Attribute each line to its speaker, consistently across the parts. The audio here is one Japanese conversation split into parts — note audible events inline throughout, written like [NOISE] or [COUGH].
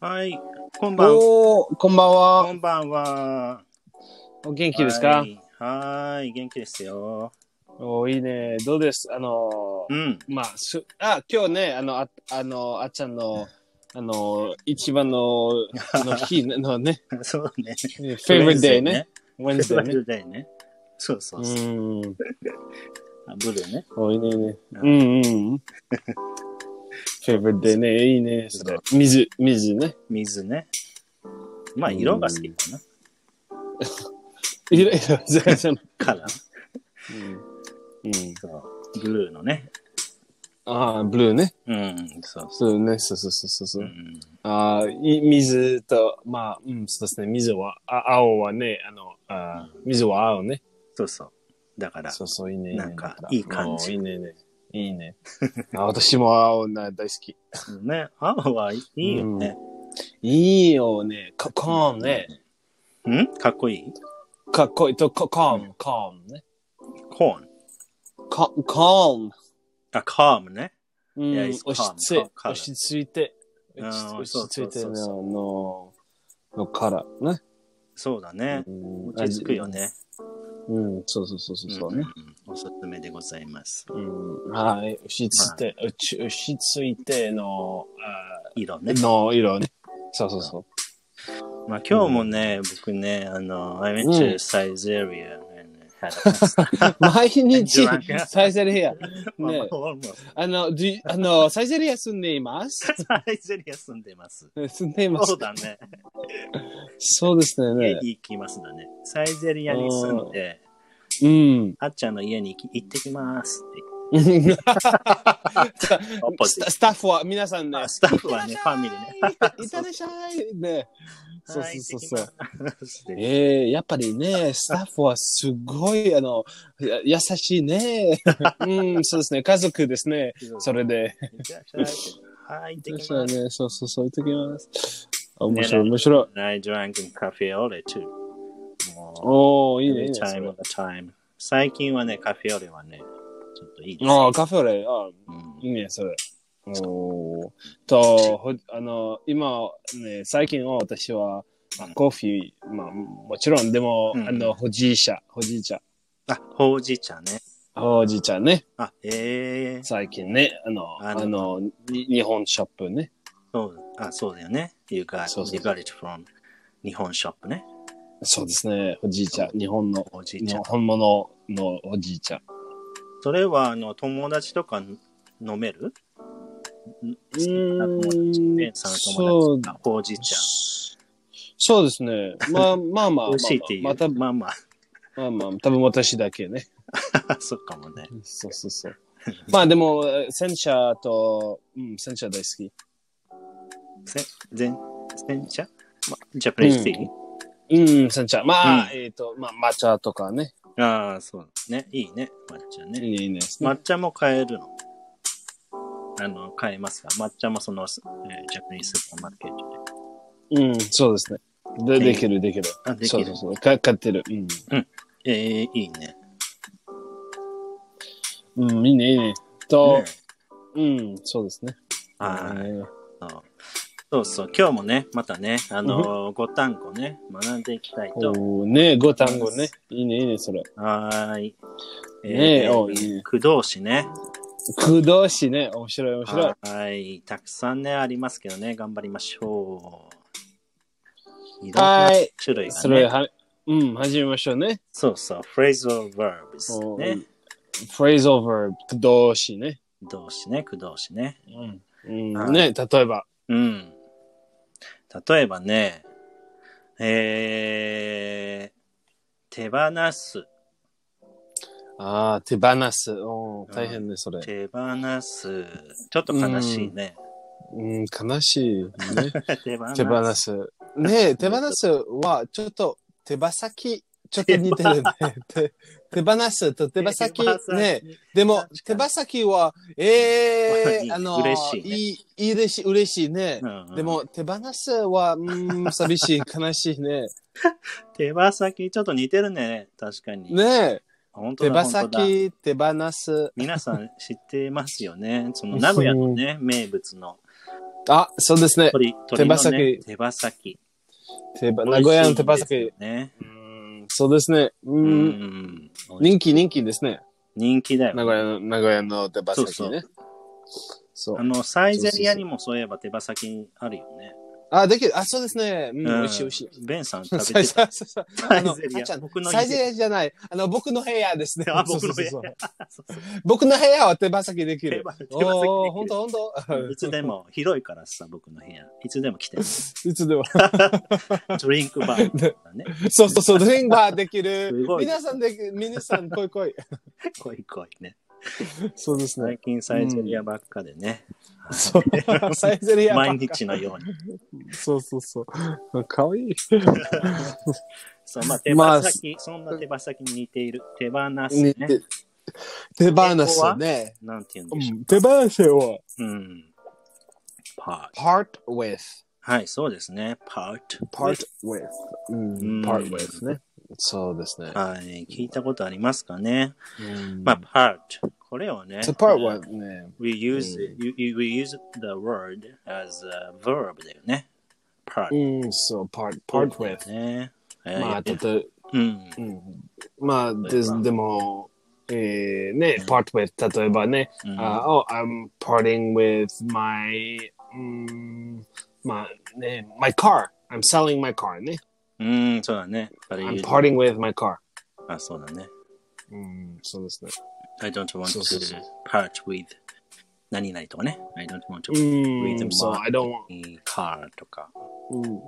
Speaker 1: はい、こんばんは。
Speaker 2: おー、こんばん
Speaker 1: こ
Speaker 2: は。
Speaker 1: んばんは。
Speaker 2: お元気ですか、
Speaker 1: はいはーい、元気ですよ。
Speaker 2: おーいいね。どうですあの
Speaker 1: う
Speaker 2: ー、
Speaker 1: ん。 [LAUGHS]
Speaker 2: まあ、す、あ、今日ね、あの、あ、あの、あっちゃんの、あの、一番の、 [LAUGHS] の日のね、
Speaker 1: そうね。
Speaker 2: フェイブリッデーね。。
Speaker 1: フェイ
Speaker 2: Wednesday
Speaker 1: ブ
Speaker 2: ね。
Speaker 1: リデーね。そうそううそう。
Speaker 2: ん。
Speaker 1: あブルーね。
Speaker 2: おーいいねいいね。うんうん。フェイブリッデーね。いいね。それ水、水ね。
Speaker 1: 水ね。まあ、
Speaker 2: うん
Speaker 1: 色が好きかな。
Speaker 2: いろいろ、全然。
Speaker 1: カラー。
Speaker 2: うん。
Speaker 1: そう。ブルーのね。
Speaker 2: ああ、ブルーね。
Speaker 1: うん、そう。
Speaker 2: そうね。そうそうそうそうう。
Speaker 1: ん、
Speaker 2: あーい水と、まあ、うん、そうですね。水は、あ青はね、あの、あー水は青ね。
Speaker 1: そうそう。だから、
Speaker 2: そうそう、いいね。
Speaker 1: なんか
Speaker 2: だら
Speaker 1: いい感じ
Speaker 2: おーいいね、いいね。いいね。あ私も青な大好き。
Speaker 1: ね、青はいいよね。
Speaker 2: いいよね。か、カームね。
Speaker 1: うん、かっこいい
Speaker 2: かっこいいと、か、カーム、カームね。
Speaker 1: コーン。
Speaker 2: か、カーム。
Speaker 1: あ、カームね。
Speaker 2: うん、
Speaker 1: Yeah,
Speaker 2: 落
Speaker 1: it's calm,
Speaker 2: ち着い
Speaker 1: calm, calm.
Speaker 2: 落ち着いて、
Speaker 1: うん
Speaker 2: 落ち落
Speaker 1: そう
Speaker 2: ち着いて
Speaker 1: そう
Speaker 2: の、
Speaker 1: そうそ
Speaker 2: の、のカラーね。
Speaker 1: そうだね。
Speaker 2: うん
Speaker 1: 落ち着くよね。
Speaker 2: うん、そうそうそうそうそうね。
Speaker 1: んんうんおすすめでございます。
Speaker 2: うんはい、落ち着いて、落ち落ち着いての、あ
Speaker 1: 色ね。
Speaker 2: の色ね。そうそうそ
Speaker 1: まあ今日もね、僕ね、あの、I went
Speaker 2: う
Speaker 1: to
Speaker 2: ん
Speaker 1: Caesarea and had a
Speaker 2: う。毎日
Speaker 1: Drunk.、
Speaker 2: サイゼ
Speaker 1: [LAUGHS]
Speaker 2: リア。ね
Speaker 1: well, almost.
Speaker 2: あの、どあの、サイゼリア住んで
Speaker 1: [LAUGHS]
Speaker 2: います。
Speaker 1: Caesarea 住んでます。
Speaker 2: 住んでいます
Speaker 1: そう。だね。
Speaker 2: そうです
Speaker 1: 家
Speaker 2: ね。
Speaker 1: に行きますだね。サイゼリアに住んで、
Speaker 2: うん。
Speaker 1: あっちゃんの家に行き行ってきますって言って。オポジ
Speaker 2: スタスタッフは、皆さんね
Speaker 1: あ、スタッフはね、ファミリーね。
Speaker 2: ね。 [LAUGHS] いたでしゃ
Speaker 1: [LAUGHS]
Speaker 2: い。ね。そうそうそうそう。
Speaker 1: う。
Speaker 2: ええやっぱりね、スタッフはすごい、あの、や優し
Speaker 1: [LAUGHS]
Speaker 2: いね。うん、そうですね。家族ですね。それで。
Speaker 1: 行ってらっしゃいはい、行ってき
Speaker 2: そう
Speaker 1: ます。
Speaker 2: ね、そうそう、そう言ってきます。あ面白い、面白い。
Speaker 1: I drank in cafe o l e too. もう
Speaker 2: おー、いいね、いいね。そ
Speaker 1: time
Speaker 2: れ
Speaker 1: of the time. 最近はね、カフェオレはね、ちょっといいです。
Speaker 2: あー、カフェオレ、あ
Speaker 1: うん
Speaker 2: ーいいね、それ。おー。と、ほあの、今、ね、最近は私は、まあコーヒー、まあ、もちろん、でも、
Speaker 1: うん
Speaker 2: あの、ほじい茶、ほじい茶、
Speaker 1: あ、ほうじ茶ね。
Speaker 2: ほじい茶ね、
Speaker 1: あ、ええー、
Speaker 2: 最近ね、あの、
Speaker 1: あ
Speaker 2: あ
Speaker 1: の
Speaker 2: の、に日本ショップね。
Speaker 1: そう、あ、そうだよね。You got,
Speaker 2: そうそう
Speaker 1: you got it from 日本ショップね。
Speaker 2: そうですね、おじいちゃん、日本の、
Speaker 1: ほうじ
Speaker 2: 日
Speaker 1: 茶
Speaker 2: 本。本物のおじいちゃん。
Speaker 1: それは、あの、友達とか飲めるん好きな友達、
Speaker 2: うーん
Speaker 1: ペンさんの友達とか、ほうじ茶。
Speaker 2: そうですね。
Speaker 1: [LAUGHS]
Speaker 2: まあまあまあまあ。
Speaker 1: 美味しいっていう。
Speaker 2: また、ま
Speaker 1: まあ [LAUGHS] ま
Speaker 2: あまあ、多分私だけね。
Speaker 1: あ、そうかもね。
Speaker 2: そうそ
Speaker 1: [LAUGHS]
Speaker 2: うそう。まあでも、え戦車と、うん、戦車大好き。
Speaker 1: せ全、全茶、ま、ジャパニーズティー、
Speaker 2: うん、戦車。まあ、
Speaker 1: う
Speaker 2: えっ、と、まあ、抹茶とかね。
Speaker 1: ああ、そうね。いいね。抹茶ね。
Speaker 2: いいね、いいね。
Speaker 1: 抹茶も買えるのあの、買えますか抹茶もその、えージャパニーズスーパーマーケットで。
Speaker 2: うん、そうですね。で、できる、できる。
Speaker 1: あ、で
Speaker 2: そ
Speaker 1: き
Speaker 2: う
Speaker 1: る
Speaker 2: そう。そう。か買ってる。うん。
Speaker 1: えー、いいね。
Speaker 2: うん、いいね、いいね。と、うん、そうですね。
Speaker 1: はい、
Speaker 2: い。
Speaker 1: そう。そうそう。今日もね、またね、あのー、五単語ね、学んでいきたいと。
Speaker 2: おーね五単語ね。いいね、いいね、それ。
Speaker 1: はーい。
Speaker 2: ねえ
Speaker 1: ー
Speaker 2: おいいね
Speaker 1: 駆動詞ね。
Speaker 2: 駆動詞ね。面白い、面白い
Speaker 1: は。ーい。たくさんね、ありますけどね、頑張りましょう。いろんな
Speaker 2: はい。
Speaker 1: 種類が
Speaker 2: それ
Speaker 1: ね。
Speaker 2: は、うん、始めましょうね。
Speaker 1: そうそう。phrasal verbs
Speaker 2: う
Speaker 1: ね
Speaker 2: ん。phrasal verb、駆動詞ね。
Speaker 1: 動詞ね、駆動詞ね。
Speaker 2: うん。
Speaker 1: はい
Speaker 2: ね、例えば。
Speaker 1: うん。例えばね、えー、手放す、
Speaker 2: ああ、手放す。おー大変ね、それ。
Speaker 1: 手放す。ちょっと悲しいね。 [LAUGHS]
Speaker 2: うん、悲しい、ね。
Speaker 1: 手放す。
Speaker 2: 手放す。ね手放すは、ちょっと、手羽先、ちょっと似てるね。手 [LAUGHS] 手放すと手羽先、ね。でも
Speaker 1: 確かに、
Speaker 2: 手羽先は、え
Speaker 1: いい
Speaker 2: え、あの、
Speaker 1: 嬉しいね
Speaker 2: いい、嬉しい、嬉しいね
Speaker 1: う。んうん
Speaker 2: で、も、手放すは、うーん、寂しい、悲しいね。
Speaker 1: 手羽先、ちょっと似てるね。確かに。
Speaker 2: ねえ、
Speaker 1: 本当
Speaker 2: 手
Speaker 1: だ
Speaker 2: 羽
Speaker 1: 本当だ
Speaker 2: 先、手放す。 [LAUGHS]
Speaker 1: 皆さん知ってますよね。その名古屋のね、名物の
Speaker 2: あ、そうですね。
Speaker 1: 鳥、鳥の、ね、手羽
Speaker 2: 羽
Speaker 1: 先
Speaker 2: 先。
Speaker 1: 手羽先。
Speaker 2: 手羽名古屋の手羽先。
Speaker 1: 美味しいんですよね。
Speaker 2: うんそうですね。う。
Speaker 1: うんん。
Speaker 2: 人気、人気ですね。
Speaker 1: 人気だ
Speaker 2: 名
Speaker 1: よ。
Speaker 2: 古屋の、名古屋の手羽先ね。そう
Speaker 1: あの、サイゼリアにもそういえば手羽先あるよね。
Speaker 2: あ、できる。あ、そうですね。うん、美
Speaker 1: うん
Speaker 2: 味しい美味しい。
Speaker 1: ベンさん食べて
Speaker 2: サ
Speaker 1: た。
Speaker 2: イゼ
Speaker 1: サイ
Speaker 2: の
Speaker 1: ゼリ
Speaker 2: あちゃ
Speaker 1: ア。
Speaker 2: ん
Speaker 1: 僕の
Speaker 2: サイゼ
Speaker 1: リ
Speaker 2: リアじゃない。あの、僕の部屋ですね。
Speaker 1: あ僕の部屋
Speaker 2: そうそうそう僕の部屋は手羽先でき
Speaker 1: 手
Speaker 2: る。
Speaker 1: 羽手羽先できる
Speaker 2: おお、本当本
Speaker 1: いつでも広いからさ、僕の部屋。いつでも来てね。
Speaker 2: 当。いつでも。
Speaker 1: [LAUGHS] ドリンクバーだね。
Speaker 2: そうそうそう、ドリンクバーでき
Speaker 1: す
Speaker 2: る
Speaker 1: ご。い
Speaker 2: 皆さんでき、皆さん、こいこい。
Speaker 1: こいこいね。
Speaker 2: そうですね
Speaker 1: 最。近サイゼリアばっかでね。 [LAUGHS]
Speaker 2: そう、サイゼリアばっか。
Speaker 1: 毎日のように。
Speaker 2: そうそうそう。かわいい。
Speaker 1: そう、まあ手羽先、そんな手羽先に似ている。手羽なすね。
Speaker 2: 手放すね。
Speaker 1: なんて言うん
Speaker 2: う
Speaker 1: でしょ
Speaker 2: ん手放すは、
Speaker 1: う。うん。パー
Speaker 2: part with。
Speaker 1: はい、そうですね。パート。
Speaker 2: part with。う
Speaker 1: うん
Speaker 2: ん、part with ね。そうですね。
Speaker 1: はい、聞いたことありますかね。
Speaker 2: うん
Speaker 1: まあ、パート。これをね。
Speaker 2: So part one ね。
Speaker 1: We use, you- you- we use the word as a verb だよね。part.
Speaker 2: うん、そう、part, part with。
Speaker 1: ね。
Speaker 2: ま
Speaker 1: え
Speaker 2: あ、た
Speaker 1: ー
Speaker 2: とえ、
Speaker 1: うん。
Speaker 2: うん。まあ、で
Speaker 1: 例えば
Speaker 2: でも、えー、ね、part with、例えばね、
Speaker 1: うん
Speaker 2: あ oh, I'm parting with my, うん、まあね、my car. I'm selling my car ね。
Speaker 1: うん、そうだね。
Speaker 2: I'm parting with my car.
Speaker 1: あ、そうだね。
Speaker 2: うん、そうですね。
Speaker 1: I don't want
Speaker 2: そうそうそ
Speaker 1: to part with 何々とかね。I don't want to
Speaker 2: う
Speaker 1: part
Speaker 2: ん、
Speaker 1: with
Speaker 2: そう、I don't want.
Speaker 1: my car とか。
Speaker 2: うん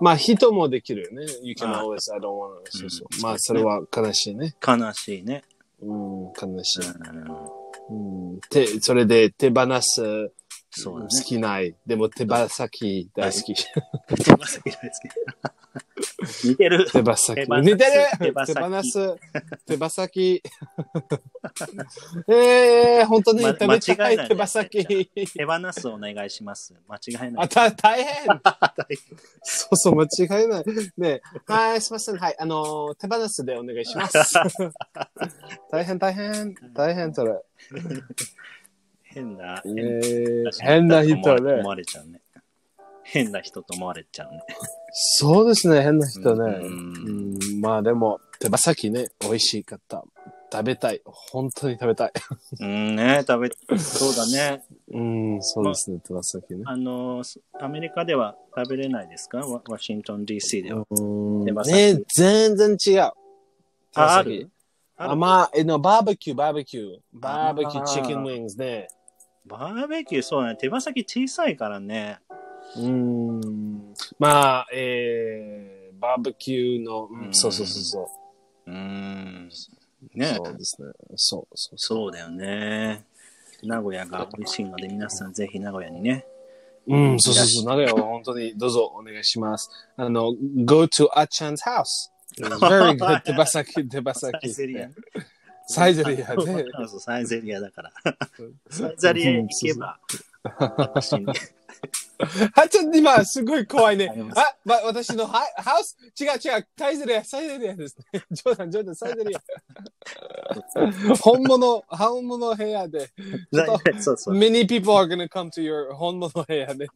Speaker 2: まあ、人もできるよね。You can
Speaker 1: あ
Speaker 2: always, I don't want
Speaker 1: う
Speaker 2: そ
Speaker 1: ん
Speaker 2: うそう。まあ、それは悲しいね。
Speaker 1: 悲しいね。
Speaker 2: うん、悲しい。
Speaker 1: うん、
Speaker 2: うん、てそれで手放す、
Speaker 1: そうだ
Speaker 2: 好
Speaker 1: ね。
Speaker 2: きない。でも手羽先大好き。 [LAUGHS]
Speaker 1: 手羽先ですけど似てる。
Speaker 2: 手羽先。
Speaker 1: 手羽先
Speaker 2: 似て
Speaker 1: 手
Speaker 2: る
Speaker 1: 羽
Speaker 2: 手
Speaker 1: 先
Speaker 2: 放す。手羽 [LAUGHS] 先。えー、本当に
Speaker 1: ま
Speaker 2: 食べ
Speaker 1: 間
Speaker 2: た
Speaker 1: 違
Speaker 2: い
Speaker 1: いないね
Speaker 2: 手羽先。
Speaker 1: 手放すお願いします。間違いな
Speaker 2: あ
Speaker 1: い。
Speaker 2: た [LAUGHS] 大変そうそう、間違いない。ねはい、すみません。はい、あのー手放すでお願い
Speaker 1: [LAUGHS]
Speaker 2: します。大変、大変、大変、それ。
Speaker 1: 変な、
Speaker 2: え
Speaker 1: 変
Speaker 2: ー
Speaker 1: な、
Speaker 2: 変な人
Speaker 1: だと思わ
Speaker 2: ね
Speaker 1: 思。われちゃうね。変な人と思われちゃうね。
Speaker 2: そうですね、変な人ね。
Speaker 1: う
Speaker 2: うんん、まあでも、手羽先ね、美味しかった。食べたい。本当に食べたい。
Speaker 1: うんね、食べ、そうだね。
Speaker 2: うん、そうですね、手羽先ね。
Speaker 1: あの、アメリカでは食べれないですかワワシントン DC では。
Speaker 2: うん
Speaker 1: 手羽先
Speaker 2: ね、全然違う。
Speaker 1: ああるある
Speaker 2: あ、まあ、えの、バーベキュー、バーベキュー。バーベキュー、
Speaker 1: あー
Speaker 2: チキンウィングスね。
Speaker 1: バーベキュー、そうだね。手羽先小さいからね。
Speaker 2: うーんまあ、えー、バーベキューの、うん
Speaker 1: うん
Speaker 2: そうそうそうそう。
Speaker 1: うーん。ね
Speaker 2: そうですね。そうそうそ
Speaker 1: そうだよね。名古屋が美味しいので、皆さんぜひ名古屋にね。
Speaker 2: う。うん、そうそうそう。名古屋は本当にどうぞお願いします。あの、go to あっちゃん 's house. It was very good. [LAUGHS] 手羽先、手羽
Speaker 1: サイ
Speaker 2: 先。
Speaker 1: ゼリア。
Speaker 2: サイゼリアで。
Speaker 1: そうそう、サイゼリアだ
Speaker 2: [LAUGHS]
Speaker 1: から。サイゼリアに行けば、私に
Speaker 2: あっちゃん、今、すごい怖いね
Speaker 1: ありま。す
Speaker 2: あ、ま、私のハハウス、違う違う、サイゼリア、サイゼリアですね。 [LAUGHS] 冗談、冗談、サイゼ [LAUGHS] リア。本物、本物の部屋で。
Speaker 1: そうそう。
Speaker 2: Many people are gonna come to your 本物部 [LAUGHS] 屋ね。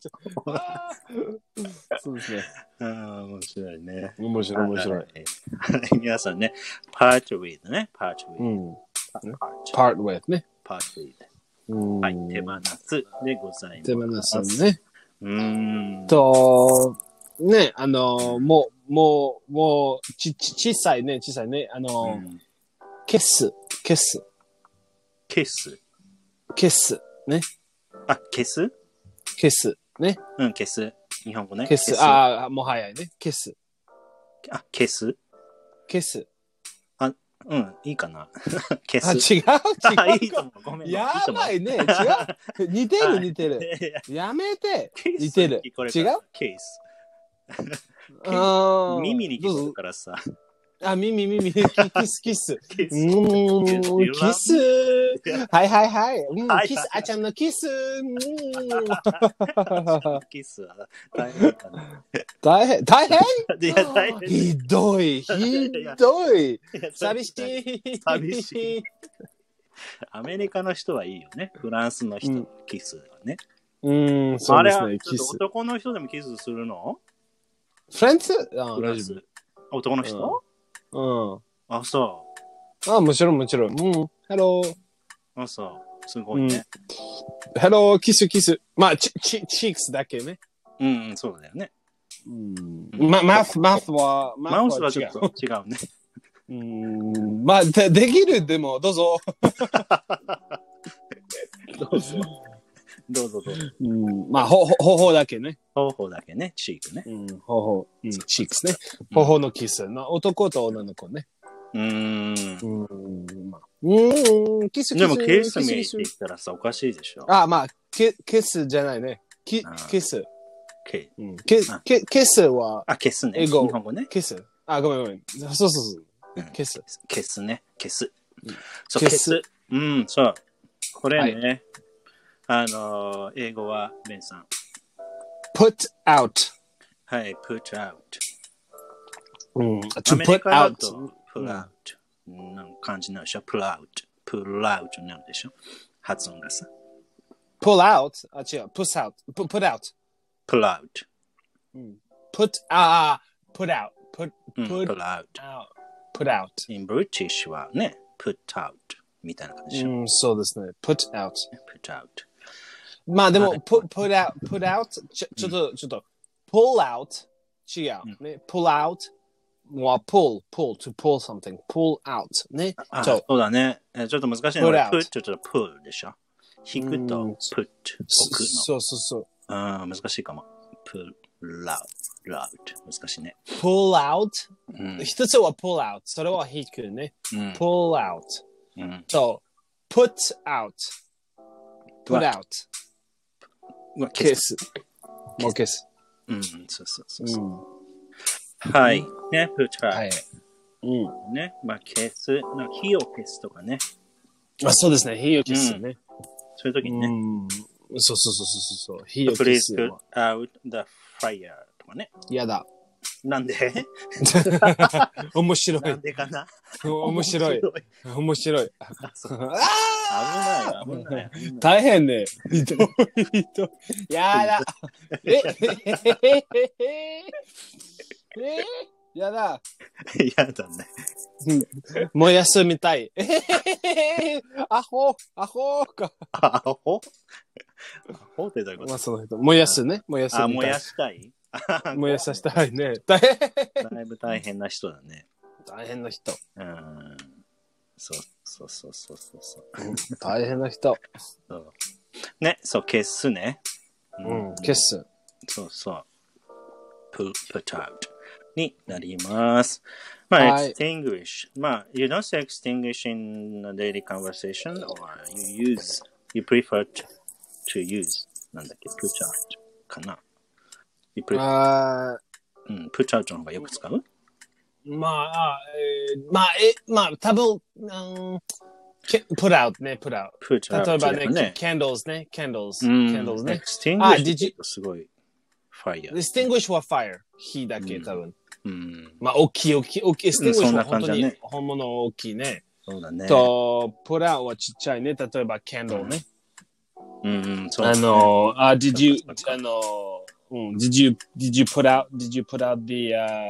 Speaker 2: そうですね。
Speaker 1: ああ、面白いね。
Speaker 2: 面白い面白い。
Speaker 1: はい。皆さんね、パーチウィードね。パーチウィー
Speaker 2: う
Speaker 1: ド。
Speaker 2: ん。
Speaker 1: パ
Speaker 2: part with ね。
Speaker 1: ーチウィード。
Speaker 2: うん
Speaker 1: はい、手放すでございます。
Speaker 2: 手放すね。
Speaker 1: うーん。
Speaker 2: と、ね、あの、もう、もう、もう、ち、ち、小さいね、小さいね。あ
Speaker 1: う
Speaker 2: の、
Speaker 1: ん
Speaker 2: 消す、消す、
Speaker 1: 消す。
Speaker 2: 消す、ね、
Speaker 1: あ、消す
Speaker 2: 消す、ね、
Speaker 1: うん、消す。日本語ね。
Speaker 2: 消す。
Speaker 1: あ
Speaker 2: ああ、もう早いね。消す、
Speaker 1: あ、消す。
Speaker 2: 消す。
Speaker 1: うん、いいかな。 [LAUGHS] 消
Speaker 2: あ、
Speaker 1: す。
Speaker 2: 違
Speaker 1: あ、
Speaker 2: う、
Speaker 1: い
Speaker 2: 違
Speaker 1: いと思う。ごめん。
Speaker 2: う。や
Speaker 1: いいと思う
Speaker 2: ばいね、違う。似てる、似てる。
Speaker 1: いや
Speaker 2: やめて。
Speaker 1: ケース
Speaker 2: 似てる
Speaker 1: に聞こえから
Speaker 2: 違う
Speaker 1: ケース。
Speaker 2: あー
Speaker 1: 耳に聞
Speaker 2: どう
Speaker 1: こえる
Speaker 2: ぞ
Speaker 1: からさ。
Speaker 2: あ、耳、耳、 [LAUGHS] キス、キス。
Speaker 1: ケー
Speaker 2: う
Speaker 1: ス。
Speaker 2: ーん、キス。はいはいはい。うん
Speaker 1: はい、
Speaker 2: キス、あちゃんのキス。うん
Speaker 1: ケースは大変か
Speaker 2: [LAUGHS]
Speaker 1: な。
Speaker 2: 大変、大変
Speaker 1: いや、大変。い
Speaker 2: ひどい、ひどい。
Speaker 1: や
Speaker 2: 寂し。い。
Speaker 1: 寂しアメリカの人はいいよね。フランスの人、キスはね。
Speaker 2: うーん、そ
Speaker 1: あ
Speaker 2: うで
Speaker 1: れ
Speaker 2: す
Speaker 1: は、
Speaker 2: ね。
Speaker 1: ちょっ
Speaker 2: キ
Speaker 1: と
Speaker 2: ス。
Speaker 1: 男の人でもキスするの
Speaker 2: フレンズあ
Speaker 1: フ
Speaker 2: ー
Speaker 1: ラン
Speaker 2: 大丈
Speaker 1: ス。男の人、
Speaker 2: 夫。
Speaker 1: あ、そ
Speaker 2: うん。あ、もちろんもちろん。うん。Hello。
Speaker 1: う。あ、そう。すごいね。
Speaker 2: Hello, キスキス。まあ、チ、チ、チークスだけね。
Speaker 1: うん、うん、そうだよね。
Speaker 2: うん。ま、マフ、マフは、
Speaker 1: マウスは
Speaker 2: 違
Speaker 1: ちょっ
Speaker 2: う
Speaker 1: と違うね。
Speaker 2: うーんまあでできるでもどうぞ、
Speaker 1: [LAUGHS] どうぞ。どうぞどうぞ。
Speaker 2: うん、まあほほ方法だけね、
Speaker 1: 方法だけね、チークね。
Speaker 2: うん、方法、うん、チークスね
Speaker 1: うん
Speaker 2: 方法のキス、まあ、男と女の子ね
Speaker 1: うーん
Speaker 2: う。ん、まあ、うーんキスキス
Speaker 1: でも、ケースメイ
Speaker 2: キ
Speaker 1: って
Speaker 2: ス
Speaker 1: 言
Speaker 2: キ
Speaker 1: っ
Speaker 2: ス
Speaker 1: たらさ、おかしいでしょ。
Speaker 2: あまあケケスじゃないねキ
Speaker 1: あー
Speaker 2: キス、
Speaker 1: ケイ
Speaker 2: うん、ケ
Speaker 1: あ
Speaker 2: ケケスは
Speaker 1: あ、消すね。
Speaker 2: エ
Speaker 1: 日
Speaker 2: ゴ
Speaker 1: 本語ね。
Speaker 2: ケスあごめんごめんそうそうそう
Speaker 1: うん
Speaker 2: ケス
Speaker 1: 消すね。消す
Speaker 2: うん。
Speaker 1: そう、消
Speaker 2: 消す
Speaker 1: す。うん、そう。これね、あのー、英語は、ベンさん。
Speaker 2: put out、
Speaker 1: はい、put out。
Speaker 2: うん、
Speaker 1: ア
Speaker 2: to
Speaker 1: メリ
Speaker 2: put
Speaker 1: カだ
Speaker 2: out
Speaker 1: と、pull out。なんか感じになるでしょ ?pull out。pull out になるでしょ発音がさ。
Speaker 2: pull out あ違う push out put put out
Speaker 1: pull out。
Speaker 2: put ああ put out put
Speaker 1: うん pull
Speaker 2: Put-
Speaker 1: out。
Speaker 2: out put out
Speaker 1: in British はね、put out みたいな感じでしょ。
Speaker 2: うんそうですね put out
Speaker 1: put out。
Speaker 2: まあでも
Speaker 1: はい
Speaker 2: put put out put out ちょちょっとちょっと pull out 違うね pull out は pull pull to pull something pull out ね
Speaker 1: あ
Speaker 2: そう
Speaker 1: そうだね。えちょっと難しいね。
Speaker 2: Put
Speaker 1: 俺
Speaker 2: out
Speaker 1: put とちょっと pull でしょ。引くと
Speaker 2: うん
Speaker 1: put 置く
Speaker 2: そうそうそう
Speaker 1: の。うん、難しいかも。pull out。loud。難しいね。
Speaker 2: pull out [LAUGHS]
Speaker 1: うん。
Speaker 2: 一つは pull out それは引くね
Speaker 1: うん。
Speaker 2: pull out
Speaker 1: うん、
Speaker 2: そう put out put
Speaker 1: は
Speaker 2: out
Speaker 1: うわ、消
Speaker 2: kiss
Speaker 1: す。
Speaker 2: もう kiss Mm.
Speaker 1: うん、そうそうそううそう、
Speaker 2: ん
Speaker 1: はい。ね、put
Speaker 2: は
Speaker 1: out
Speaker 2: い。うん
Speaker 1: ね。まあ、消す。まあ、火を消すとかね。
Speaker 2: あそうですね火を消すね
Speaker 1: そういう時に
Speaker 2: う
Speaker 1: ね。
Speaker 2: んそうそうそうそうそう。火を消
Speaker 1: Please
Speaker 2: す
Speaker 1: put
Speaker 2: よ。
Speaker 1: out the fire とかね。
Speaker 2: やだ。
Speaker 1: なんで
Speaker 2: 面白
Speaker 1: なん
Speaker 2: い。
Speaker 1: でかな
Speaker 2: 面白い。面白い。
Speaker 1: あそう
Speaker 2: あ
Speaker 1: 危ない、危
Speaker 2: [LAUGHS]
Speaker 1: ない。危ない
Speaker 2: 大変ね。ひどい、ひどい。やだ。えええやだ。
Speaker 1: 嫌だね。
Speaker 2: 燃やすみたい。ええアホ、アホか。
Speaker 1: アホアホってどういうこ
Speaker 2: ま
Speaker 1: と
Speaker 2: あその人。燃やすね。燃やすみた
Speaker 1: あ、
Speaker 2: い。
Speaker 1: 燃やしたいあ
Speaker 2: 燃やさせたいね。大変。
Speaker 1: だいぶ大変な人だね。
Speaker 2: 大変な人。
Speaker 1: うん。そうそうそうそうそうそう
Speaker 2: 大変な人。
Speaker 1: そう。ね、そう、消すね。
Speaker 2: うん。消す。
Speaker 1: そうそう。put, put out になります。まあ、
Speaker 2: はい
Speaker 1: extinguish。まあ、you don't say extinguish in a daily conversation or you use, you prefer to, to use なんだっけ、put out かな。You prefer
Speaker 2: あー
Speaker 1: うん、プチャーチョンがよく使う
Speaker 2: まあ、あえーまあ、え、まあ、多分、うん、けプラウトね、プラウ
Speaker 1: プチャ
Speaker 2: ト。
Speaker 1: ーチ
Speaker 2: 例えば
Speaker 1: ョン
Speaker 2: ね、
Speaker 1: ね。
Speaker 2: キャンドルズね、キャンドルズ、
Speaker 1: う
Speaker 2: キ
Speaker 1: ん
Speaker 2: ャンドルズね。
Speaker 1: extinguish
Speaker 2: あ did you-
Speaker 1: すごい。ファイヤー。
Speaker 2: distinguish は fire、火だけ
Speaker 1: うん
Speaker 2: 多分。
Speaker 1: うん。
Speaker 2: まあ、大きい、大きい、大きい、
Speaker 1: うん
Speaker 2: distinguish
Speaker 1: そん
Speaker 2: は
Speaker 1: な
Speaker 2: 本
Speaker 1: 感
Speaker 2: 当
Speaker 1: じだね
Speaker 2: に本物は大きいね。
Speaker 1: そうだね。
Speaker 2: と、プラウトはちっちゃいね、例えばキャンドルね。
Speaker 1: うん、うん、そう。
Speaker 2: あ、の、あ、did you,
Speaker 1: そうかそうか
Speaker 2: あの、うん、did you, did you put out, did you put out the, uh,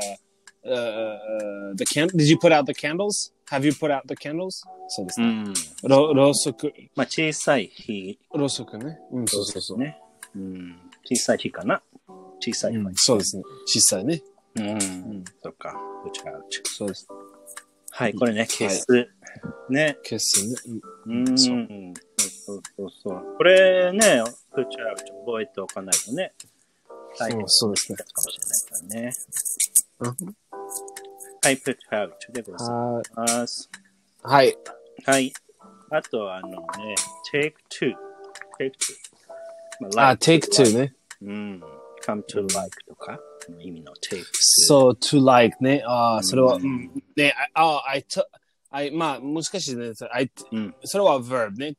Speaker 2: uh, the can, did you put out the candles? Have you put out the candles? そうです
Speaker 1: う
Speaker 2: ね。
Speaker 1: ん。
Speaker 2: ろろうそく、
Speaker 1: まあ、小さい火
Speaker 2: ろうそくね。うん、そうそうそう。
Speaker 1: ね。うん。小さい火かな。小さい火。
Speaker 2: うんそうですね。小さいね。
Speaker 1: うん。そっか。プチャーチョン。
Speaker 2: そうです。
Speaker 1: はい、これね、消す。ね。
Speaker 2: 消すね。うん
Speaker 1: うん。
Speaker 2: そ
Speaker 1: そううそうそうそう。これね、プチャーチョン覚えておかないとね。大
Speaker 2: う
Speaker 1: 変
Speaker 2: んそうですね。
Speaker 1: だったかもしれないからね
Speaker 2: う。
Speaker 1: はい、プチャウチでござい
Speaker 2: は
Speaker 1: ます。
Speaker 2: い。はい。
Speaker 1: はい。あとは、あのね、take two。take two。
Speaker 2: あ、take two。ね。
Speaker 1: うん。come to like とか、その意味の take two。
Speaker 2: そう、to like ね。あーそれは、
Speaker 1: う
Speaker 2: うんん。ね、あ、あ I took, I, まあ、難しいね。I,
Speaker 1: うん。
Speaker 2: それは verb ね。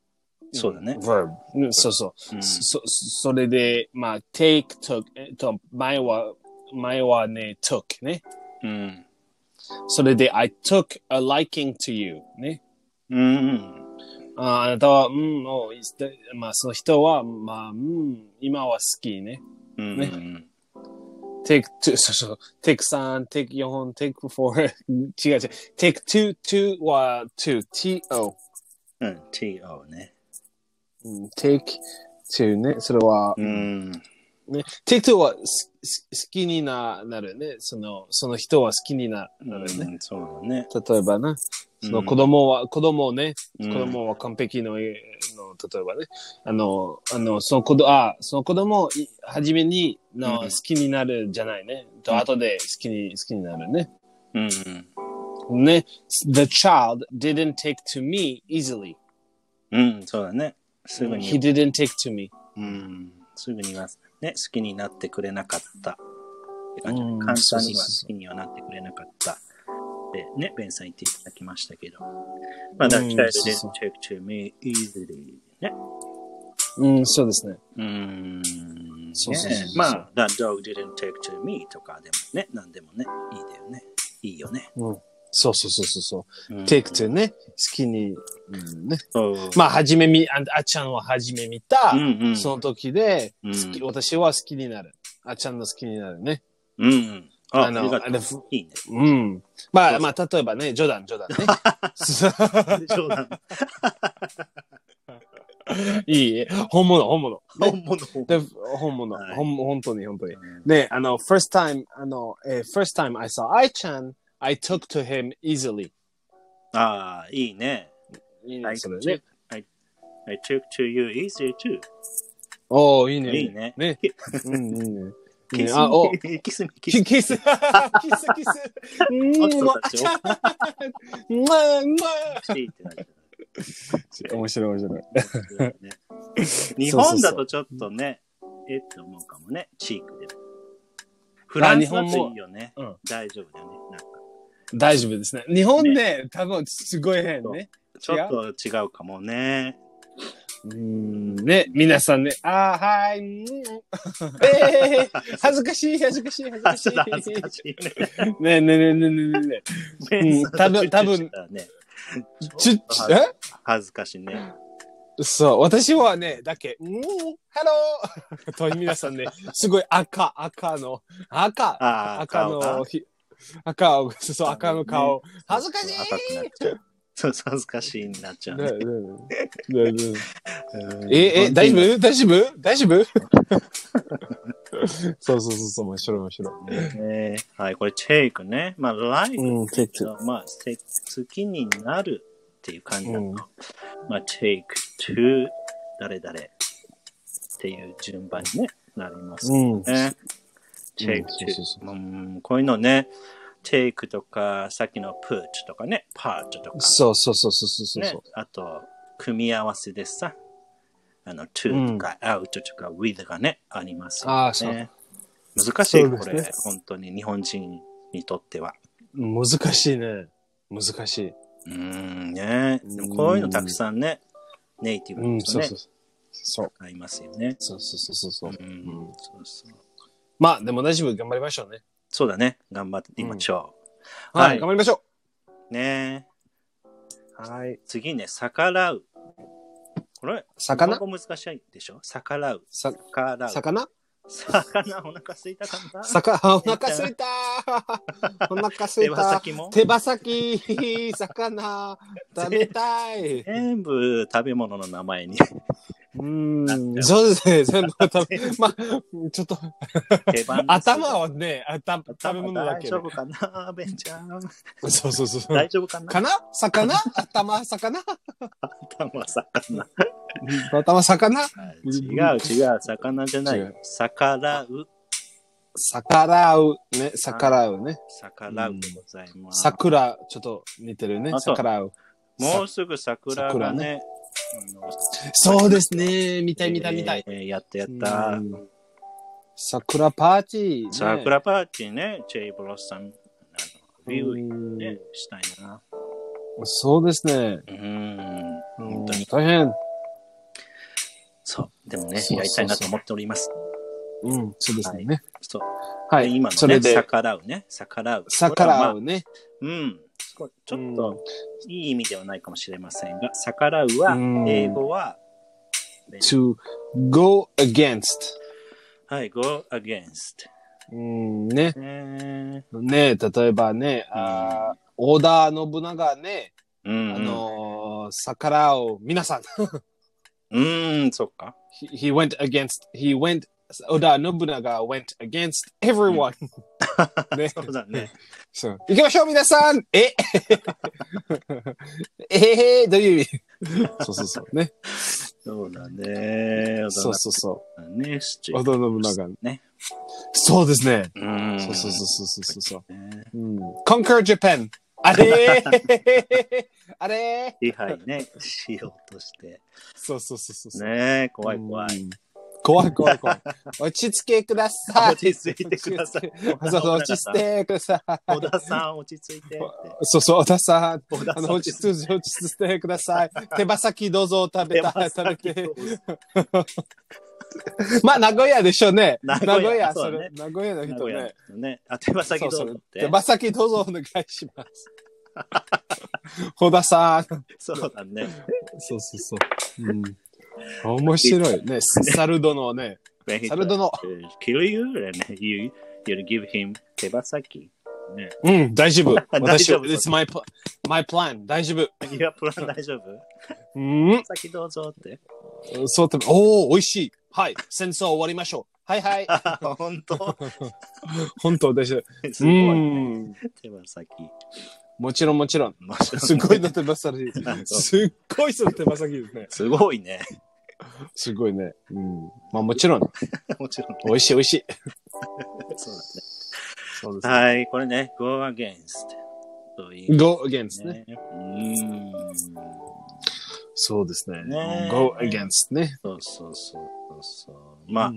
Speaker 1: そうだね。
Speaker 2: verb。うんそうそうう。
Speaker 1: ん
Speaker 2: そ、そそれで、まあ、take, took, えっと、前は、前はね、took ね。
Speaker 1: うん。
Speaker 2: それで、I took a liking to you ね。
Speaker 1: うん。
Speaker 2: ああなたは、うん、もういいっす、でまあ、その人は、まあ、うん、今は好きね。
Speaker 1: うんうんうん。
Speaker 2: take two, そうそう、take 3、take 4、take 4、違う違 [LAUGHS] う、take two, two は two, to.
Speaker 1: うん、to ね。
Speaker 2: うん、take two ね、それは、
Speaker 1: うん。
Speaker 2: ね、take two はすす好きにななるね。その、その人は好きにな
Speaker 1: う
Speaker 2: なんるね。
Speaker 1: そうだね。
Speaker 2: 例えばな、その子供は、子供をね、子供は完璧の、えーの例えばね、あの、あの、その子供、あ、その子供をい、はじめにの
Speaker 1: うん
Speaker 2: 好きになるじゃないね。と、
Speaker 1: うん
Speaker 2: 後で好きに、好きになるね。
Speaker 1: うん。うん。
Speaker 2: ね、the child didn't take to me easily.
Speaker 1: うん、そうだね。すぐ
Speaker 2: He
Speaker 1: に、
Speaker 2: didn't take to me.
Speaker 1: うん、すぐには、ね、好きになってくれなかった。って感じ
Speaker 2: うん
Speaker 1: 簡単には
Speaker 2: そうそうそう
Speaker 1: 好きにはなってくれなかった。で、ね、ベンさん言っていただきましたけど。まあ、だ、
Speaker 2: うん
Speaker 1: 期待
Speaker 2: そう
Speaker 1: で
Speaker 2: そう
Speaker 1: check to me easily. ね。
Speaker 2: うん、そうですね。
Speaker 1: うん。
Speaker 2: そうそうそうそう
Speaker 1: ねまあ、that dog didn't take to me とかでもね、なんでもね、いいだよね。いいよね。
Speaker 2: うん。そうそうそうそうそう。
Speaker 1: うん
Speaker 2: take to ね、好きに、うん、ね。
Speaker 1: そう
Speaker 2: まあ、はじめみ、ああっちゃんをはじめ見た、
Speaker 1: うんうん。
Speaker 2: その時で、
Speaker 1: うん
Speaker 2: 好き、私は好きになる。あっちゃんの好きになるね。
Speaker 1: うんうん。あ、
Speaker 2: あ
Speaker 1: あ
Speaker 2: の
Speaker 1: りがと
Speaker 2: あ
Speaker 1: う
Speaker 2: れふ
Speaker 1: いい
Speaker 2: [LAUGHS]
Speaker 1: ね。。
Speaker 2: うん。まあ、まあ、例えばね、冗談、冗談ね
Speaker 1: 冗談。
Speaker 2: [LAUGHS] いいえ、本物、本物。
Speaker 1: 本物。
Speaker 2: で本物、
Speaker 1: はい
Speaker 2: ほん、本当に、本当に。
Speaker 1: うん
Speaker 2: ね、あの、first time、あの、えー first time I saw I Chan, I took to him easily.
Speaker 1: ああ、いいね。
Speaker 2: いいね、
Speaker 1: I
Speaker 2: それね
Speaker 1: took,。I, I took to you easy too.
Speaker 2: おー、いいね。
Speaker 1: いいね。
Speaker 2: ね。うん、いいね。いい
Speaker 1: キ
Speaker 2: ね
Speaker 1: ス
Speaker 2: あ、 [LAUGHS] お、
Speaker 1: ミ、 [LAUGHS] キスミ、キス
Speaker 2: キ
Speaker 1: ミ。
Speaker 2: キス、キス、キス。うん、もう、あちゃん。うわうわ
Speaker 1: キスミってなっちゃ
Speaker 2: 面白い、面白い。
Speaker 1: うね日本だとちょっとね、えって思うかもね、チークでも。フランスだといいよね
Speaker 2: 日本もうん。
Speaker 1: 大丈夫だよね。なんか
Speaker 2: 大丈夫ですね。日本で多分すごい変ね。
Speaker 1: ちょっと違うかもね。 [LAUGHS]
Speaker 2: うん。ね、皆さんね、あーはい、うん、えー、恥ずかしい、恥ずかしい、恥
Speaker 1: 恥
Speaker 2: ず
Speaker 1: ず
Speaker 2: か
Speaker 1: か
Speaker 2: し
Speaker 1: し
Speaker 2: い。
Speaker 1: いね。
Speaker 2: ねねねねねねね。
Speaker 1: ベンさんと
Speaker 2: 多分多
Speaker 1: チュッチュし
Speaker 2: 分
Speaker 1: たらね
Speaker 2: ち
Speaker 1: ち
Speaker 2: ゅ
Speaker 1: ょっと
Speaker 2: え
Speaker 1: 恥ずかしいね。
Speaker 2: そう、私はね、だっけ、うん、ハローと皆さんね、すごい赤、赤の、赤、
Speaker 1: あー
Speaker 2: 赤
Speaker 1: 顔
Speaker 2: の
Speaker 1: が
Speaker 2: ひ、赤を、そう、赤の顔、恥ずかしい
Speaker 1: 赤くなっちゃうそう、恥ずかしいになっちゃう
Speaker 2: ね
Speaker 1: ね。
Speaker 2: ねねね
Speaker 1: うん
Speaker 2: え、え、大丈夫大丈夫大
Speaker 1: [LAUGHS]
Speaker 2: 丈夫 [LAUGHS] そうそうそうそう、面白い面白
Speaker 1: えーはい、これ、チェイクね。まあ、ライ
Speaker 2: い。
Speaker 1: ク、
Speaker 2: うん、結構。
Speaker 1: まあ、せ好きになるっていう感じだと、
Speaker 2: うん
Speaker 1: まあ、チェイク to 誰々っていう順番に、ね、なりますね。
Speaker 2: うん。
Speaker 1: チェイク
Speaker 2: そうそう
Speaker 1: to。うんこういうのね、チェイクとか、さっきのプーチとかね、パーチとか、
Speaker 2: そうそうそうそうそう
Speaker 1: ね
Speaker 2: そう。、
Speaker 1: あと、組み合わせでさ、あの、to とか out とか with がね、ありますよね。
Speaker 2: ああ、そう。
Speaker 1: 難しい、
Speaker 2: そうで
Speaker 1: こ
Speaker 2: すね
Speaker 1: れ、本当に日本人にとっては。
Speaker 2: 難しいね。難しい。
Speaker 1: うーんね。で
Speaker 2: うん
Speaker 1: もこういうのたくさんね、ネイティブ
Speaker 2: う
Speaker 1: の
Speaker 2: ん、
Speaker 1: 人
Speaker 2: そう
Speaker 1: ね
Speaker 2: そう、そう。そう
Speaker 1: 使いますよね。
Speaker 2: そうそうそうそう。
Speaker 1: う
Speaker 2: うん
Speaker 1: ん、そうそう。
Speaker 2: まあ、でも大丈夫、頑張りましょうね。
Speaker 1: そうだね。頑張っていきましょはい
Speaker 2: はい、頑張りましょ
Speaker 1: う。ね
Speaker 2: う。はい。
Speaker 1: 次ね、逆らう。これ、
Speaker 2: 魚
Speaker 1: ここ難しいでしょ逆らう。
Speaker 2: さ
Speaker 1: 逆らう。
Speaker 2: 魚
Speaker 1: 魚、お腹すいたかな
Speaker 2: 魚 [LAUGHS] あお腹すいた [LAUGHS] お腹すい
Speaker 1: 手羽
Speaker 2: た
Speaker 1: 先も
Speaker 2: 手羽先 [LAUGHS] 魚食べたい
Speaker 1: 全部食べ物の名前
Speaker 2: [LAUGHS]
Speaker 1: に
Speaker 2: うん、そうですね、全部食べ、まあ、ちょっ [LAUGHS] と、
Speaker 1: 手羽
Speaker 2: 頭
Speaker 1: を
Speaker 2: はね、あた食べ物だ
Speaker 1: 大
Speaker 2: け
Speaker 1: 丈
Speaker 2: ど。
Speaker 1: 夫かなベンちゃん。
Speaker 2: そうそうそうそう
Speaker 1: 大。丈夫かな
Speaker 2: かな魚頭魚
Speaker 1: 頭、魚。
Speaker 2: 頭魚
Speaker 1: 違う違う、魚じゃな
Speaker 2: 違。
Speaker 1: いう逆らう。
Speaker 2: 逆らう。ね、逆らうね。
Speaker 1: 逆らうでございます。
Speaker 2: 桜、ちょっと似てるね。
Speaker 1: あそう
Speaker 2: 逆らう。
Speaker 1: もうすぐ桜がね、あの
Speaker 2: そうですね。見たい見たい見たい。
Speaker 1: えーやったやった
Speaker 2: う。ん桜パーティー、ね。
Speaker 1: 桜パーティーね、チェイブロッサム。あのビューイン
Speaker 2: うん
Speaker 1: グね、したいな。
Speaker 2: そうですね。
Speaker 1: うん。
Speaker 2: 本
Speaker 1: 当に
Speaker 2: 大変。
Speaker 1: そう。でもね、
Speaker 2: そうそうそう
Speaker 1: やりたいなと思っております。
Speaker 2: うん、そうですね。
Speaker 1: そう。
Speaker 2: はい。
Speaker 1: で今
Speaker 2: そ
Speaker 1: の
Speaker 2: れ
Speaker 1: ね、
Speaker 2: で、
Speaker 1: 逆らうね。逆らう。
Speaker 2: 逆ら
Speaker 1: こ
Speaker 2: うね。
Speaker 1: れはまあうん。これちょっといい意味ではないかもしれませんが、逆らうは
Speaker 2: うん、
Speaker 1: 英語は、
Speaker 2: to go against.
Speaker 1: はい、go against。
Speaker 2: うん、ね。
Speaker 1: えー
Speaker 2: ね例えばね、あー織田信長ね、
Speaker 1: うん、
Speaker 2: あのー逆らう、皆さん、
Speaker 1: うん、そっか。
Speaker 2: [LAUGHS] he, he went against, he went, 織田信長 went against everyone. [LAUGHS] ね
Speaker 1: そうだね。
Speaker 2: そう行きましょう、皆さ [LAUGHS] んええー、どういう意味そうそう [LAUGHS] そう。ね。
Speaker 1: そうだね。
Speaker 2: そうそうそ
Speaker 1: そうだね。シチ
Speaker 2: う。
Speaker 1: ュ
Speaker 2: 織田信長。
Speaker 1: ね。
Speaker 2: そうですね。
Speaker 1: うん。
Speaker 2: そうそうそうそうそうそう。
Speaker 1: う。ね、
Speaker 2: うん、Conquer Hmm. Japan! あ [LAUGHS] れーあれー
Speaker 1: 支配ね、しようとして。
Speaker 2: そうそうそうそうそう。
Speaker 1: ねえ怖い怖い。
Speaker 2: うん。怖い怖い [LAUGHS] 怖い。落ち着けください。
Speaker 1: 落ち着いてくださ
Speaker 2: [LAUGHS]
Speaker 1: い。
Speaker 2: そうそう、落ち着いてください。
Speaker 1: 小田さん、落ち着い
Speaker 2: [LAUGHS]
Speaker 1: てって。
Speaker 2: そうそう、小田さん。
Speaker 1: 小田
Speaker 2: あ
Speaker 1: さん、
Speaker 2: の落ち着いて、落ち着いてくだ
Speaker 1: [LAUGHS]
Speaker 2: さい。手羽先どうぞ食べ
Speaker 1: 手
Speaker 2: た、
Speaker 1: 羽
Speaker 2: 食べて
Speaker 1: 先。
Speaker 2: まあ、名古屋でしょうね。
Speaker 1: 名
Speaker 2: 名
Speaker 1: 古屋
Speaker 2: 古屋、
Speaker 1: そ
Speaker 2: そう
Speaker 1: だね
Speaker 2: れ、名古屋の
Speaker 1: 名
Speaker 2: 人
Speaker 1: 古屋の
Speaker 2: ね。
Speaker 1: 人ね。あ、手羽先どうぞっ
Speaker 2: 手
Speaker 1: て。
Speaker 2: 羽先どうぞお願いします。 [LAUGHS] 小田さん。
Speaker 1: そうだね。
Speaker 2: そうそうそう。うん。面白いね。サルド
Speaker 1: [LAUGHS]
Speaker 2: のね。
Speaker 1: When he
Speaker 2: サルド
Speaker 1: tries
Speaker 2: の。
Speaker 1: to kill you, and you, you'll give him 手羽先。ね。
Speaker 2: うん、大丈夫。
Speaker 1: [LAUGHS] 大
Speaker 2: 私
Speaker 1: 丈
Speaker 2: は、
Speaker 1: 夫
Speaker 2: it's my, pl- my plan. 大丈夫。
Speaker 1: いや、プラン大丈夫
Speaker 2: うん。
Speaker 1: 先どうぞって。
Speaker 2: そうて、おお、美味しい。はい。戦争終わりましょう。はいはい。
Speaker 1: あ、本当
Speaker 2: 本当大丈夫。
Speaker 1: す
Speaker 2: う
Speaker 1: ごいね。
Speaker 2: ん。
Speaker 1: 手羽先。
Speaker 2: もちろんもちろん。
Speaker 1: 面白
Speaker 2: すごいの手羽先。すっごいその手羽先ですね。
Speaker 1: すごいね。
Speaker 2: すごいね。うん。まあもちろん。
Speaker 1: もちろんね。
Speaker 2: 美味しい美味しい。
Speaker 1: そうだね
Speaker 2: そうで
Speaker 1: はい、これね、go against と言い
Speaker 2: す。
Speaker 1: ま
Speaker 2: go against
Speaker 1: す
Speaker 2: ね。
Speaker 1: ね。うん。
Speaker 2: そうですね。
Speaker 1: ね
Speaker 2: go against ね。
Speaker 1: そうそうそうそうそう。まあ、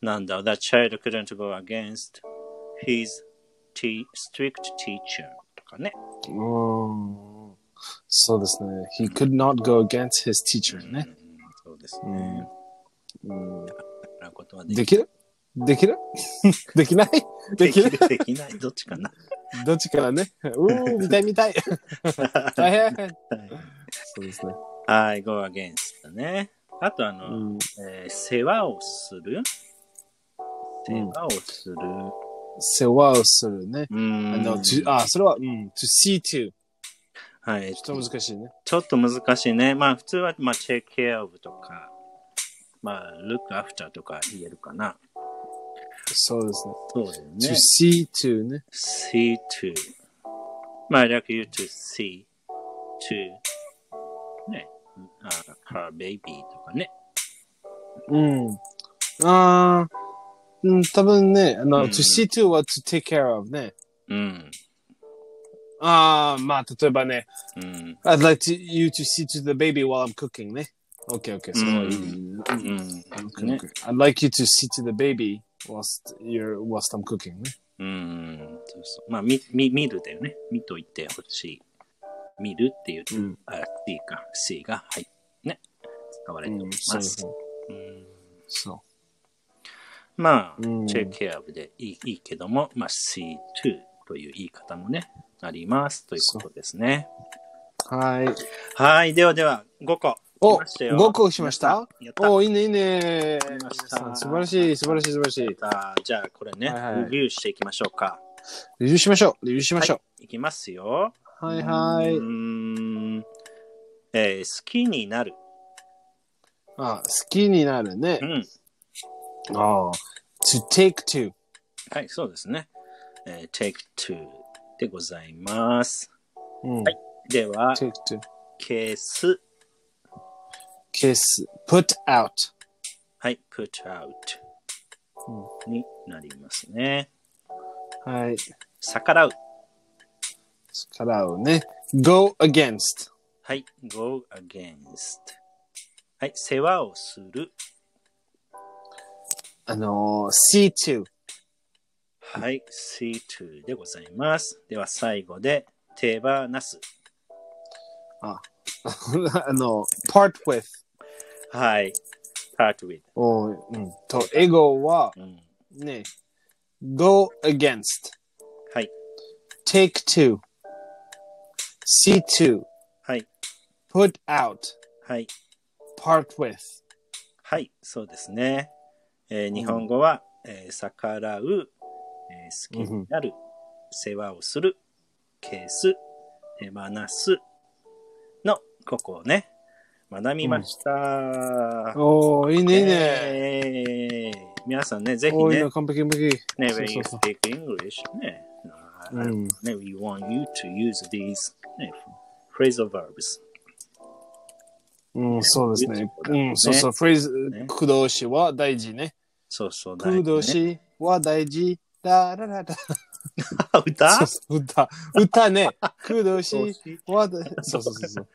Speaker 1: なんだ、that child couldn't go against his te- strict teacher とかね。
Speaker 2: うんそうですね。he could not go against his teacher ね。
Speaker 1: うんそうですね。
Speaker 2: うん
Speaker 1: なことはでき
Speaker 2: できるできる [LAUGHS] できないできる
Speaker 1: できない。どっちかな。
Speaker 2: どっちからね。 [LAUGHS] うーん、見たい見 [LAUGHS] たい。大変。そうですね。
Speaker 1: はい、go against ね。あと、あ
Speaker 2: う
Speaker 1: の、
Speaker 2: ん、
Speaker 1: えー世話をする。
Speaker 2: う
Speaker 1: 世
Speaker 2: ん
Speaker 1: 話をする。
Speaker 2: 世話をするね。
Speaker 1: うん
Speaker 2: あの、to- あ、それは、うん、to see to。
Speaker 1: はい、
Speaker 2: ちょっと難しいね。
Speaker 1: ちょっと難しいね。まあ、普通は、まあ、take care of とか、まあ、look after とか言えるかな。
Speaker 2: そうですね。
Speaker 1: そうだよ
Speaker 2: to
Speaker 1: ね。
Speaker 2: see to ね。
Speaker 1: see to. まあ、I like you to see to ね。あ her baby とかね。
Speaker 2: うん。あーうん、多分ね、あの、
Speaker 1: うん
Speaker 2: to see to は to take care of ね。
Speaker 1: うん。
Speaker 2: ああ、まあ、例えばね、
Speaker 1: うん。
Speaker 2: I'd like to, you to see to the baby while I'm cooking ね。OK, OK, それはいい。
Speaker 1: う
Speaker 2: Okay,
Speaker 1: ん。ね
Speaker 2: okay.。I'd like you to see to the baby whilst, you're, whilst I'm cooking ね。
Speaker 1: うん。そうそう。まあ、み、み、見るだよね。見といてほしい。見るっていう、
Speaker 2: うん
Speaker 1: あ、C か、C が、はい。ね。使われておりま
Speaker 2: うん、そう
Speaker 1: す。
Speaker 2: そう。
Speaker 1: うん
Speaker 2: そ
Speaker 1: まあ、
Speaker 2: うん
Speaker 1: チェックケアでいいいいけども、まあ、C2 という言い方もね、ありますということですね。
Speaker 2: う。はい。
Speaker 1: はい、ではでは、5個。
Speaker 2: お、
Speaker 1: 来ましたよ
Speaker 2: 5個しました
Speaker 1: やった。
Speaker 2: お、いいね、いいね
Speaker 1: りました。
Speaker 2: 素晴らしい、素晴らしい、素晴らしい
Speaker 1: やっ。たじゃあ、これね、
Speaker 2: はいはい
Speaker 1: レビューしていきましょうか。
Speaker 2: レビューしましょう。レビューしましょ
Speaker 1: いきますよ。
Speaker 2: う。はい、は
Speaker 1: う
Speaker 2: い。
Speaker 1: ーん、えー好きになる。
Speaker 2: あ、好きになるね
Speaker 1: う。ん。
Speaker 2: ああ。to take to.
Speaker 1: はい、そうですね。えー、take two でございます。
Speaker 2: うん。
Speaker 1: では、
Speaker 2: take to.
Speaker 1: 消す。
Speaker 2: kiss. put out.
Speaker 1: はい、put out になりますね。
Speaker 2: はい。
Speaker 1: 逆らう。
Speaker 2: 力をね。go against.
Speaker 1: はい、go against。はい、世話をする。
Speaker 2: あのー、see to. [LAUGHS]
Speaker 1: はい、see to でございます。では最後で、手放す。
Speaker 2: あの、part with.
Speaker 1: はい、part with。
Speaker 2: おーうん。と、英語は
Speaker 1: うん、
Speaker 2: ね、go against.
Speaker 1: はい、
Speaker 2: take to. C2
Speaker 1: はい。
Speaker 2: put out
Speaker 1: はい。
Speaker 2: part with
Speaker 1: はい。そうですね。えー日本語は、えー逆らう、えー好きになる、世話をする、消す、手放すの、ここをね、学びました。
Speaker 2: おおいいねいいね
Speaker 1: ね。皆さんね、ぜひ
Speaker 2: おいい
Speaker 1: ね
Speaker 2: な、完璧完璧
Speaker 1: ね、
Speaker 2: そう
Speaker 1: when
Speaker 2: そ
Speaker 1: you
Speaker 2: うそう
Speaker 1: speak English ね、
Speaker 2: うん
Speaker 1: ね we want you to use these、ね、phrasal verbs。
Speaker 2: うん、そうですね。うん、そうそう。フレーズ、
Speaker 1: ね
Speaker 2: 駆動詞は大事ね。
Speaker 1: そうそう、
Speaker 2: 駆動
Speaker 1: ね。 [LAUGHS]
Speaker 2: 詞は大事。だららら。
Speaker 1: あ歌
Speaker 2: そうそう歌、歌ね。駆動詞は大事。そうそうそうそう。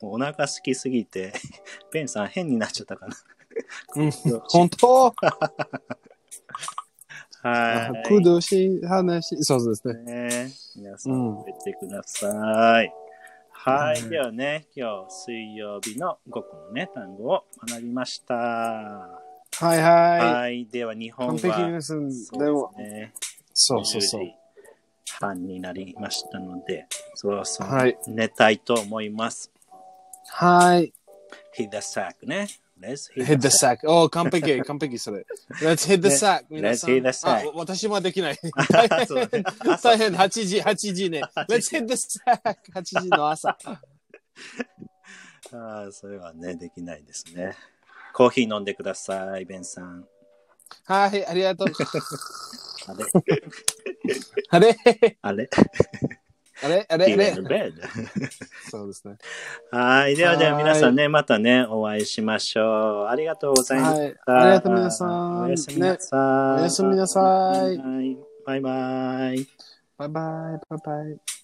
Speaker 1: もうお腹空きすぎて、 [LAUGHS] ペンさん変になっちゃったかな。
Speaker 2: うん、本当
Speaker 1: は
Speaker 2: 駆
Speaker 1: い。
Speaker 2: 動詞、話、そうそうですね。
Speaker 1: ね、皆さん
Speaker 2: うん
Speaker 1: 覚えてください。は
Speaker 2: う
Speaker 1: い。
Speaker 2: ん
Speaker 1: ではね、今日水曜日の午後のね、単語を学びました。は
Speaker 2: はい
Speaker 1: い。
Speaker 2: は
Speaker 1: では日
Speaker 2: い。
Speaker 1: 本
Speaker 2: 完璧
Speaker 1: は、
Speaker 2: です。
Speaker 1: そう
Speaker 2: でも、
Speaker 1: ですね、
Speaker 2: そうそうそ
Speaker 1: 10
Speaker 2: う。
Speaker 1: 時半になりましたので、そろそろ
Speaker 2: はい。
Speaker 1: 寝たいと思います。
Speaker 2: はい。
Speaker 1: hit the sack ね。Let's
Speaker 2: hit the
Speaker 1: sack.
Speaker 2: sack. Oh, おー完璧、完璧それ。Let's hit the
Speaker 1: ね
Speaker 2: sack. Ah, 皆さん
Speaker 1: Let's hit the sack.
Speaker 2: あわ私もでき
Speaker 1: [LAUGHS]
Speaker 2: ない。大変
Speaker 1: そうね
Speaker 2: 大変、8時、8
Speaker 1: [LAUGHS]
Speaker 2: 時ね。
Speaker 1: 時
Speaker 2: Let's hit the sack. 8時の朝。
Speaker 1: ああ、それはね、できないですね。コーヒー飲んでください、ベンさん。
Speaker 2: はい、ありがとう。
Speaker 1: [LAUGHS] あれ
Speaker 2: あれ
Speaker 1: あ
Speaker 2: [LAUGHS]
Speaker 1: れ
Speaker 2: あれあ
Speaker 1: He
Speaker 2: れあ
Speaker 1: was
Speaker 2: れ
Speaker 1: in bed.
Speaker 2: そうですね。
Speaker 1: はい。ではでは
Speaker 2: はい
Speaker 1: 皆さんね、またね、お会いしましょう。ありがとうございまし
Speaker 2: はい。
Speaker 1: た。
Speaker 2: ありがとう、皆さん。
Speaker 1: おやすみなさい。
Speaker 2: ねおやすみなさい
Speaker 1: はいバイバイ。
Speaker 2: バイバイ、バイバイ。